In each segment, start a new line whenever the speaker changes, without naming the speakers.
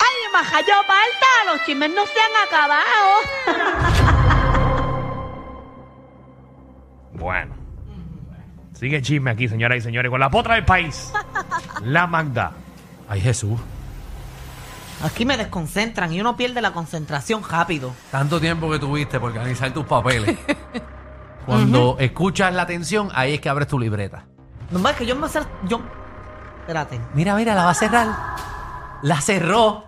¡Ay, majayo palta! ¡Los chismes no se han acabado!
Bueno. Sigue el chisme aquí, señoras y señores, con la potra del país. La Magda. Ay, Jesús.
Aquí me desconcentran y uno pierde la concentración rápido.
Tanto tiempo que tuviste por organizar tus papeles. Cuando escuchas la atención, ahí es que abres tu libreta.
No más que yo me hacer. Yo. Espérate.
Mira, mira, la va a cerrar. La cerró.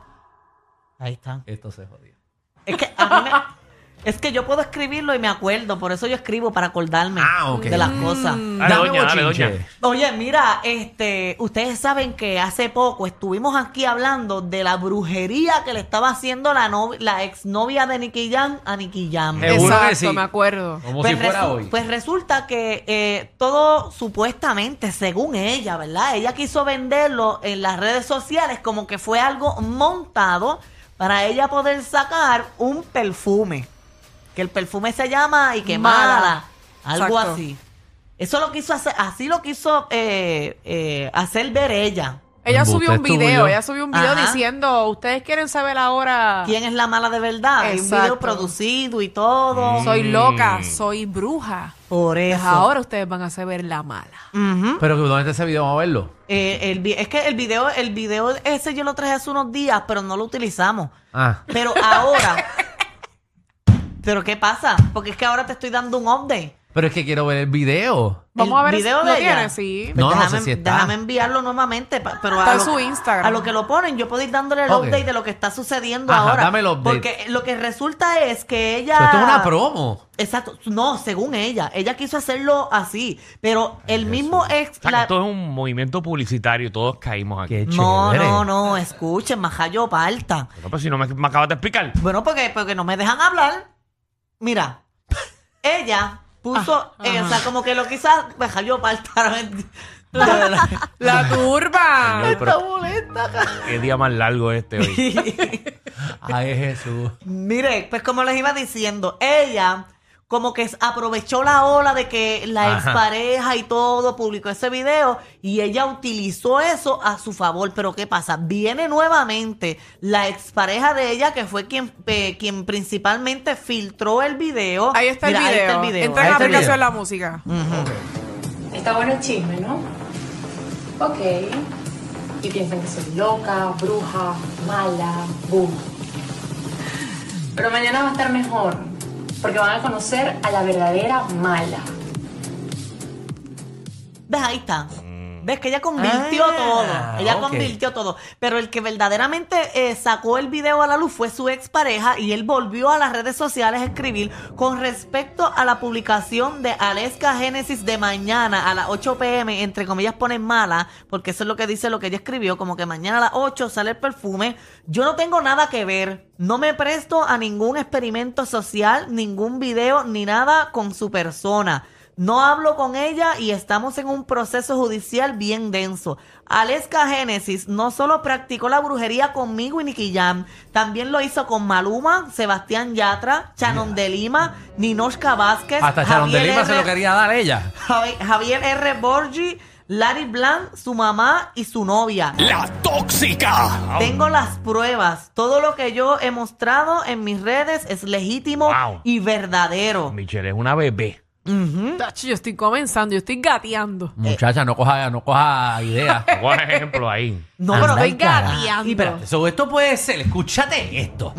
Ahí está.
Esto se jodió.
Es que a mí me- Es que yo puedo escribirlo y me acuerdo, por eso yo escribo para acordarme
Ah, ok.
de las cosas.
Dale,
Dame
doña, dale,
bochinche.
doña.
Oye, mira, este, ustedes saben que hace poco estuvimos aquí hablando de la brujería que le estaba haciendo la novi- la exnovia de Nicky Jam a Nicky Jam.
Seguro que
Exacto,
sí.
me acuerdo.
Como si
Pues,
fuera
resu-
hoy.
pues resulta que eh, todo supuestamente, según ella, ¿verdad? Ella quiso venderlo en las redes sociales como que fue algo montado para ella poder sacar un perfume. Que el perfume se llama y que
Mala.
mala, algo
Exacto.
así. Eso lo quiso hacer, así lo quiso eh, eh, hacer ver ella.
Ella
Embuste
subió un
tuyo.
video, ella subió un video
Ajá.
diciendo, ustedes quieren saber ahora,
¿Quién es la mala de verdad? Hay un video
Ah. Exacto.
producido y todo.
soy
Mm.
loca, soy bruja.
Por
Pues
eso.
ahora ustedes van a saber la mala.
Ujú.
Pero que dónde está ese video, vamos a verlo.
Eh, el vi- es que el video, el video ese yo lo traje hace unos días, pero no lo utilizamos.
Ah.
Pero ahora. ¿Pero qué pasa? Porque es que ahora te estoy dando un update.
Pero es que quiero ver el video.
Vamos
El
a ver
video
si lo
de ella.
tiene, sí.
No, no
déjame,
sé si está.
déjame enviarlo nuevamente. pa- pero
Está
a
en
lo-
su Instagram.
A lo que lo ponen, yo puedo ir dándole el
Ok.
update de lo que está sucediendo
Ajá,
ahora.
dame el update.
Porque lo que resulta es que ella.
Pero esto es una promo.
Exacto. No, según ella. Ella quiso hacerlo así. Pero el mismo ex.
O sea, que
la-
Esto es un movimiento publicitario y todos caímos aquí.
Qué
No,
chévere.
no, no. Escuchen, majayo palta.
No, pero si no me, me acabas de explicar.
Bueno, porque, porque no me dejan hablar. Mira, ella puso,
Ah,
eh, o sea, como que lo quizás dejar yo apartar.
La turba.
Señor, pero Qué día más largo este hoy.
Ay, Jesús.
Mire, pues como les iba diciendo, ella como que aprovechó la ola de que la
Ajá.
expareja y todo publicó ese video y ella utilizó eso a su favor. Pero ¿qué pasa? Viene nuevamente la expareja de ella que fue quien, eh, quien principalmente filtró el video.
Ahí está,
Mira,
el video. Entra en
Ahí
la
está el
aplicación de
video.
la música.
Está bueno el chisme, ¿no? Ok. Y piensan que soy loca, bruja, mala, boom. Pero mañana va a estar mejor, porque van a conocer a la verdadera mala.
¿Ves? Ahí está. ¿Ves que ella convirtió
Ah,
todo? Ella
ok.
convirtió todo. Pero el que verdaderamente eh, sacó el video a la luz fue su expareja y él volvió a las redes sociales a escribir con respecto a la publicación de Aleska Génesis de mañana a las 8 pm, entre comillas ponen mala, porque eso es lo que dice lo que ella escribió, como que mañana a las 8 sale el perfume. Yo no tengo nada que ver. No me presto a ningún experimento social, ningún video, ni nada con su persona. No hablo con ella y estamos en un proceso judicial bien denso. Aleska Genesis no solo practicó la brujería conmigo y Nicky Jam, también lo hizo con Maluma, Sebastián Yatra, Chanon de Lima, Ninoshka Vázquez,
Hasta Charón de
Javier
Lima se
R.
lo quería dar ella.
Javi- Javier R. Borgi, Larry Blanc, su mamá y su novia.
La tóxica.
Tengo las pruebas. Todo lo que yo he mostrado en mis redes es legítimo
Wow.
y verdadero.
Michelle es una bebé.
Mm. Tacho, yo estoy comenzando, yo estoy gateando.
Muchacha, no coja, no coja ideas.
Por ejemplo, ahí.
No,
Anda
pero
al
Estoy
carajo.
Y
gateando.
espérate.
So, esto puede ser, escúchate esto.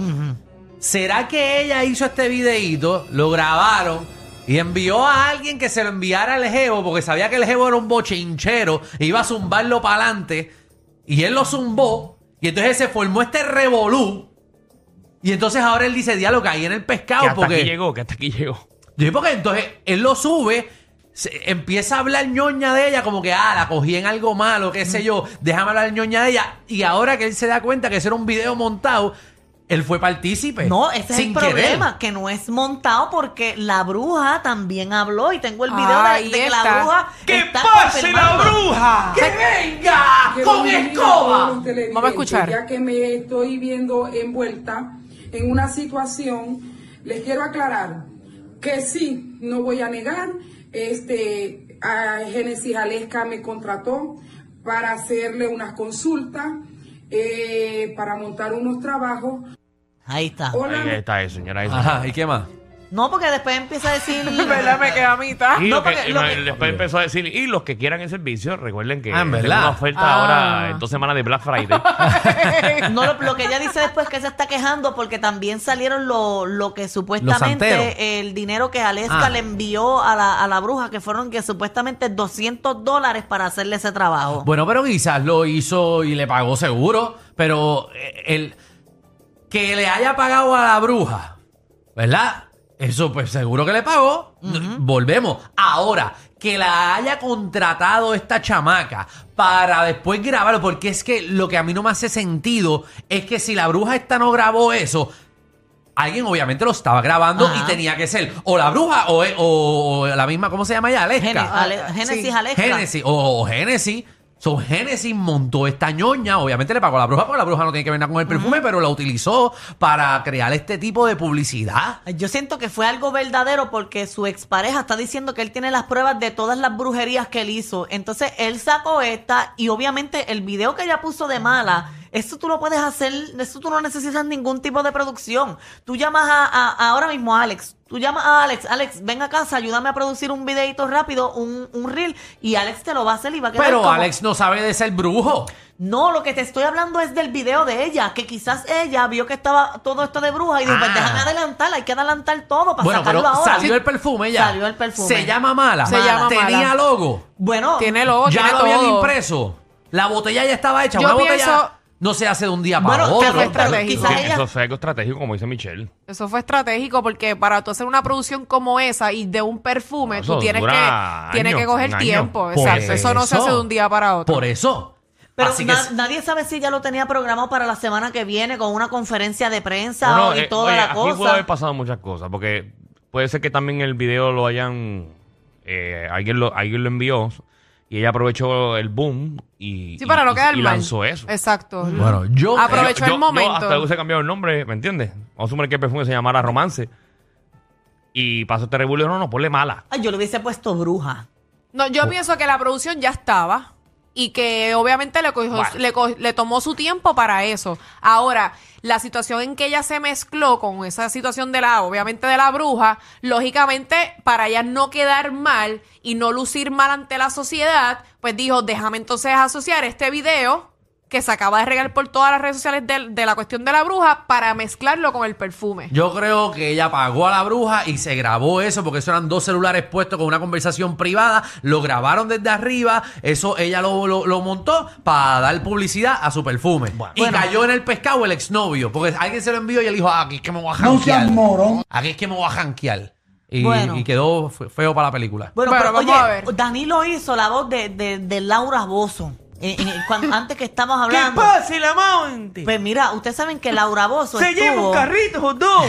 ¿Será que ella hizo este videíto, lo grabaron y envió a alguien que se lo enviara al jevo porque sabía que el jevo era un bochinchero, e iba a zumbarlo para adelante y él lo zumbó y entonces se formó este revolú y entonces ahora él dice diálogo ahí en el pescado
Que hasta
porque
aquí llegó, que hasta aquí llegó.
Sí, porque entonces él lo sube, se- empieza a hablar ñoña de ella, como que, ah, la cogí en algo malo, qué sé yo, déjame hablar ñoña de ella. Y ahora que él se da cuenta que eso era un video montado, Él fue partícipe.
No, ese es el
sin querer.
problema, que no es montado porque la bruja también habló y tengo el video de-
Ahí
de, que la
está.
bruja.
¡Que
está
pase la
confirmando.
bruja!
¡Que venga con escoba!
Vamos a escuchar.
Ya que me estoy viendo envuelta en una situación, les quiero aclarar que sí, no voy a negar, este, a Génesis Alesca me contrató para hacerle unas consultas, eh, para montar unos trabajos.
Ahí está.
Hola,
Ahí está, eh, señora.
Ajá, ¿y qué más?
No, porque después empieza a decir.
¿Verdad? Me queda a mitad.
Y
No,
lo que-
porque
y
lo
no,
que-
después empezó a decir, y los que quieran el servicio, recuerden que
Ah, en
tengo
verdad.
una oferta
Ah.
ahora en dos semanas de Black Friday.
No, lo, lo que ella dice después que se está quejando porque también salieron lo, lo que
santeros.
supuestamente el dinero que Aleska
Ah.
le envió a la, a la bruja, que fueron que supuestamente 200 dólares para hacerle ese trabajo.
Bueno, pero quizás lo hizo y le pagó seguro, pero eh, el que le haya pagado a la bruja, ¿verdad? Eso pues seguro que le pagó. Volvemos. Ahora, que la haya contratado esta chamaca para después grabarlo, porque es que lo que a mí no me hace sentido es que si la bruja esta no grabó eso, alguien obviamente lo estaba grabando
Ajá.
y tenía que ser o la bruja o, o- o la misma, ¿cómo se llama ella? Aleska.
Gene- Ale- Génesis Aleska.
Génesis, o, o Génesis. So, Génesis montó esta ñoña. Obviamente le pagó a la bruja, porque la bruja no tiene que ver nada con el perfume, pero la utilizó para crear este tipo de publicidad.
Yo siento que fue algo verdadero porque su expareja está diciendo que él tiene las pruebas de todas las brujerías que él hizo. Entonces él sacó esta y obviamente el video que ella puso de mala, eso tú lo puedes hacer, eso tú no necesitas ningún tipo de producción. Tú llamas a, a- a ahora mismo a Alex, tú llamas a Alex, Alex, ven a casa, ayúdame a producir un videito rápido, un, un reel y Alex te lo va a hacer y va a quedar
Pero
como-
Alex no sabe de ser brujo.
No, lo que te estoy hablando es del video de ella, que quizás ella vio que estaba todo esto de bruja y dijo,
Ah.
pues déjame adelantar, hay que adelantar todo para
Bueno,
sacarlo
pero
ahora.
salió el perfume ya.
Salió el perfume.
Se llama Mala.
Se llama
Tenía
Mala.
logo.
Bueno,
Tiene logo,
ya
tiene
lo habían
todo.
impreso. La botella ya estaba hecha.
Yo
Una
pienso-
botella no se hace de un día para
Bueno,
otro.
pero- pero
estratégico.
quizás
Que
ella...
Eso es algo estratégico, como dice Michelle.
Eso fue estratégico porque para tú hacer una producción como esa y de un perfume,
Eso
tú tienes
dura
que, tienes
años,
que coger
un año.
tiempo.
Por
Exacto. Eso no se hace de un día para otro.
Por eso.
Pero
Así que
na-
s-
nadie sabe si ella lo tenía programado para la semana que viene con una conferencia de prensa
Bueno,
y
eh,
toda
oye,
la
aquí pudo
cosa.
haber pasado muchas cosas, porque puede ser que también el video lo hayan... eh, alguien, lo, alguien lo envió y ella aprovechó el boom y,
Sí, para no
y-
quedar
y
mal.
lanzó eso.
Exacto.
Bueno, yo
Aprovechó
Yo-
el
yo- Yo hasta
momento.
hubiese cambiado el nombre, ¿me entiendes? Vamos a suponer que el perfume se llamara Romance. Y pasó este revuelo, no, no, ponle mala.
Ay, yo le hubiese puesto bruja.
no, yo pienso que la producción ya estaba y que obviamente le, cogió-
Bueno.
le, co- le tomó su tiempo para eso. Ahora, la situación en que ella se mezcló con esa situación de la, obviamente de la bruja, lógicamente para ella no quedar mal y no lucir mal ante la sociedad, pues dijo, déjame entonces asociar este video que se acaba de regar por todas las redes sociales de, de la cuestión de la bruja para mezclarlo con el perfume.
Yo creo que ella pagó a la bruja y se grabó eso, porque eso eran dos celulares puestos con una conversación privada, lo grabaron desde arriba, eso ella lo, lo- lo montó para dar publicidad a su perfume. y cayó en el pescado el exnovio, porque alguien se lo envió y él dijo, "Ah, aquí es que me voy a janquear. Aquí es que me voy a janquear. Y,
Bueno.
y quedó fe- feo para la película.
Bueno,
Bueno,
pero,
vamos
oye,
a ver.
Danilo hizo la voz de, de- de Laura Bozo. eh, eh, cuando- antes que estamos hablando.
la monte!
Pues mira, ustedes saben que Laura Bozo estuvo...
carrito, o dos.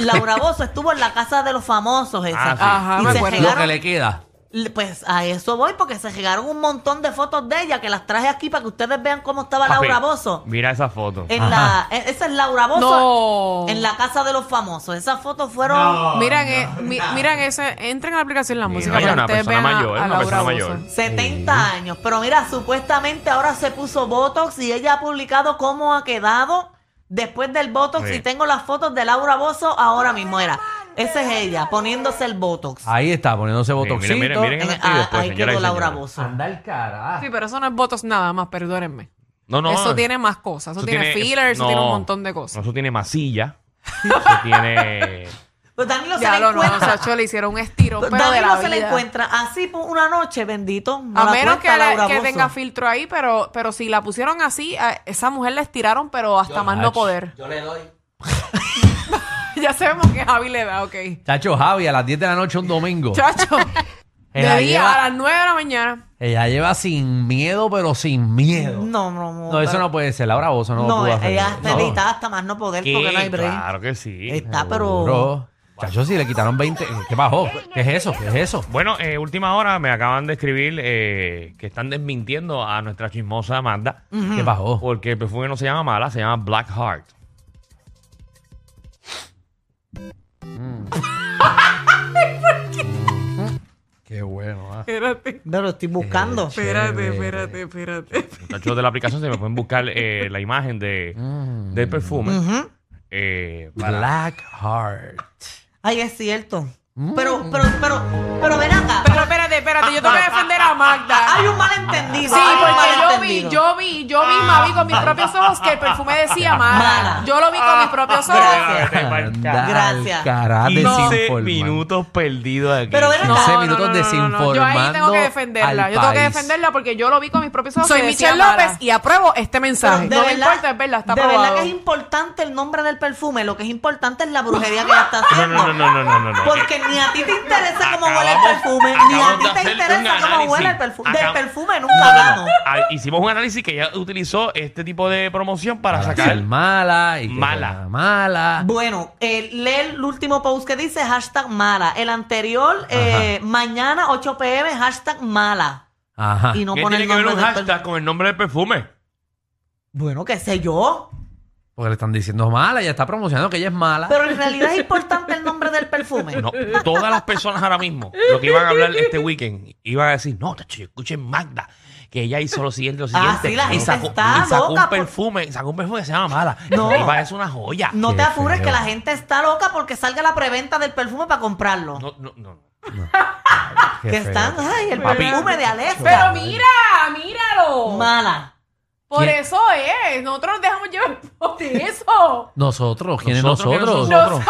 Laura Bozo estuvo en la casa de los famosos esa.
Ah, sí.
Ajá,
y
me
se
acuerdo.
Lo que
regaron-
le queda.
le- pues a eso voy porque se llegaron un montón de fotos de ella que las traje aquí para que ustedes vean cómo estaba
Papi,
Laura Bozo.
Mira esa foto.
En la, e- esa es Laura Bozo
No.
en la casa de los famosos. Esas fotos fueron
miran, eh, mi- miran ese, entren a la aplicación la música.
Mira,
para
una
que ustedes
persona
vean a-
mayor,
a
una persona
Laura
mayor.
Bozo.
70 años. Pero mira, supuestamente ahora se puso Botox y ella ha publicado cómo ha quedado después del Botox.
Sí.
Y tengo las fotos de Laura Bozo ahora mismo. Era, esa es ella poniéndose el Botox.
Ahí está, poniéndose
miren,
botoxito.
miren, miren.
En-
el
ah,
después,
ahí
señoras y Ah.
quedó Laura
señores.
Bozo.
Anda el cara.
Sí, pero eso no es votos nada más, perdónenme.
No, no.
eso tiene más cosas. Eso, tiene, fillers, eso
no,
tiene un montón de cosas.
Eso tiene masilla. eso tiene.
Pero Danilo se
ya
la
lo no,
encuentra.
o sea, yo le hicieron un estirón, pero de
Danilo
la
se la
vida.
encuentra así por una noche, bendito. no
a
la
menos
cuenta
que, la-
Laura
que
Bozo.
tenga filtro ahí, pero, pero si la pusieron así, a esa mujer la estiraron, pero hasta más no
Ach.
poder.
Yo le doy.
ya sabemos que Javi le da, ok.
Chacho Javi, a las 10 de la noche un domingo.
Chacho, De día a las 9 de la mañana.
ella lleva sin miedo, pero sin miedo.
No, no, no.
No, eso
pero-
no puede ser. Laura Bozo no,
No,
pudo hacer
ella
eso.
está editada hasta más no poder
¿Qué?
porque no hay break.
Claro que sí.
Eh.
Está, pero.
Seguro. Chacho, si le quitaron 20. ¿Qué bajó? ¿Qué es eso? ¿Qué es eso?
Bueno, eh, última hora me acaban de escribir eh, que están desmintiendo a nuestra chismosa Amanda
¿Qué
Mm.
bajó?
porque el perfume no se llama Mala, se llama Black Heart.
Qué bueno. ah.
Espérate,
Pero lo estoy buscando.
espérate, espérate, espérate.
Muchachos de la aplicación se me pueden buscar eh, la imagen de, del perfume. Eh, para-
Black Heart.
Ay, es cierto. Pero, pero, pero, pero ven acá.
Pero espérate, espérate, yo tengo que defender a Magda.
Hay un malentendido.
Sí,
hay un
porque yo vi,
malentendido.
yo vi, yo misma vi con mis propios ojos que el perfume decía mala.
Mala.
Yo lo vi con mis propios ojos.
Gracias.
Anda,
Gracias.
Cara,
15
desinformando.
minutos perdidos aquí.
Pero ven acá.
15 minutos desinformando.
Yo ahí tengo que defenderla.
al
Yo tengo que
país.
defenderla porque yo lo vi con mis propios ojos.
Soy
que decía
Michelle
mala.
López
y apruebo este
Pero
mensaje.
de
no me
verdad,
importa, es verdad, está
de
aprobado.
verdad que es importante el nombre del perfume. Lo que es importante es la brujería que ella está
No,
haciendo.
no, no, no, no, no, no.
Porque ni a ti te interesa cómo huele el
Acabamos-
perfume, ni a
acabamos
ti
de
te
hacer un
interesa cómo
análisis.
huele el perfume. Del
Acab-
perfume
No,
nunca
no, no.
hablamos.
Ah, Hicimos un análisis que ella utilizó este tipo de promoción para,
Para
sacar.
ser mala. Y que
Mala.
sea Mala.
Bueno, eh, lee el último post que dice hashtag mala. El anterior, eh, mañana 8 pm, hashtag mala.
Ajá.
Y no
Ah, ¿Qué
pone
tiene
el
que ver
nombre
un
del
hashtag
perfume.
con el nombre del perfume?
Bueno, qué sé yo.
Porque le están diciendo mala. Ella está promocionando que ella es mala.
Pero en realidad es importante el nombre del perfume.
No, todas las personas ahora mismo, lo que iban a hablar este weekend, iban a decir, no, tacho, escuchen Magda, que ella hizo lo siguiente, lo
Ah,
siguiente.
sí, la
y
gente
sacó,
está
y sacó
loca
un
por-
perfume, sacó un perfume que se llama Mala.
No.
Y parece una joya.
No
Qué
te apures
feo.
que la gente está loca porque salga la preventa del perfume para comprarlo.
No, no, no.
Qué
que
feo.
están, ay, el
Papi.
perfume de Alexa.
Pero mira, míralo.
mala.
Por
¿Quién?
eso es. Nosotros nos dejamos llevar por eso.
Nosotros. ¿Quiénes
Nosotros, ¿quiénes
nosotros? Nosotros.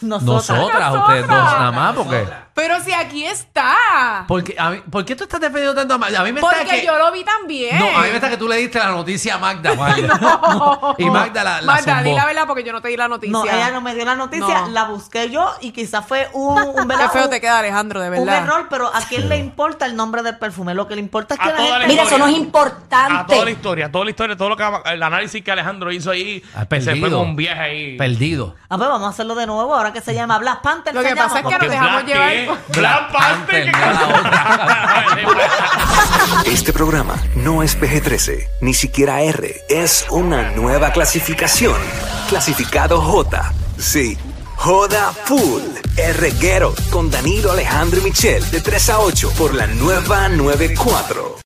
Nosotras.
Nosotras. Ustedes
Nosotras.
dos nada más. Porque...
Pero si aquí está.
Porque a mí- ¿Por qué tú estás defendiendo tanto a Magda? A mí me
Porque
está que...
yo lo vi también.
No, a mí me está que tú le diste la noticia a Magda. Magda. Y Magda la, la
Magda, di
zumbó.
la verdad porque yo no te di la noticia.
No, ella no me dio la noticia,
No.
la busqué yo y quizás fue un, un,
Qué
¿verdad?
feo
Un-
te queda, Alejandro, de verdad.
un error, pero ¿a quién le importa el nombre del perfume? Lo que le importa es
A
que la
toda
gente...
la Mira, eso no es
importante.
A toda la historia, a toda la historia, todo lo que el análisis que Alejandro hizo ahí,
Ah,
que se fue
perdido.
con un viaje ahí.
Perdido.
Ah, pues vamos a hacerlo de nuevo ahora que se llama Black Panther.
Lo
se
que
llama.
pasa es que nos dejamos llevar. por-
Black Panther.
Panther, no
que-
Este programa no es PG-13, ni siquiera R. Es una nueva clasificación. Clasificado J. Sí. Joda Full. R. Guerrero con Danilo Alejandro y Michel de 3 a 8 por la nueva 94.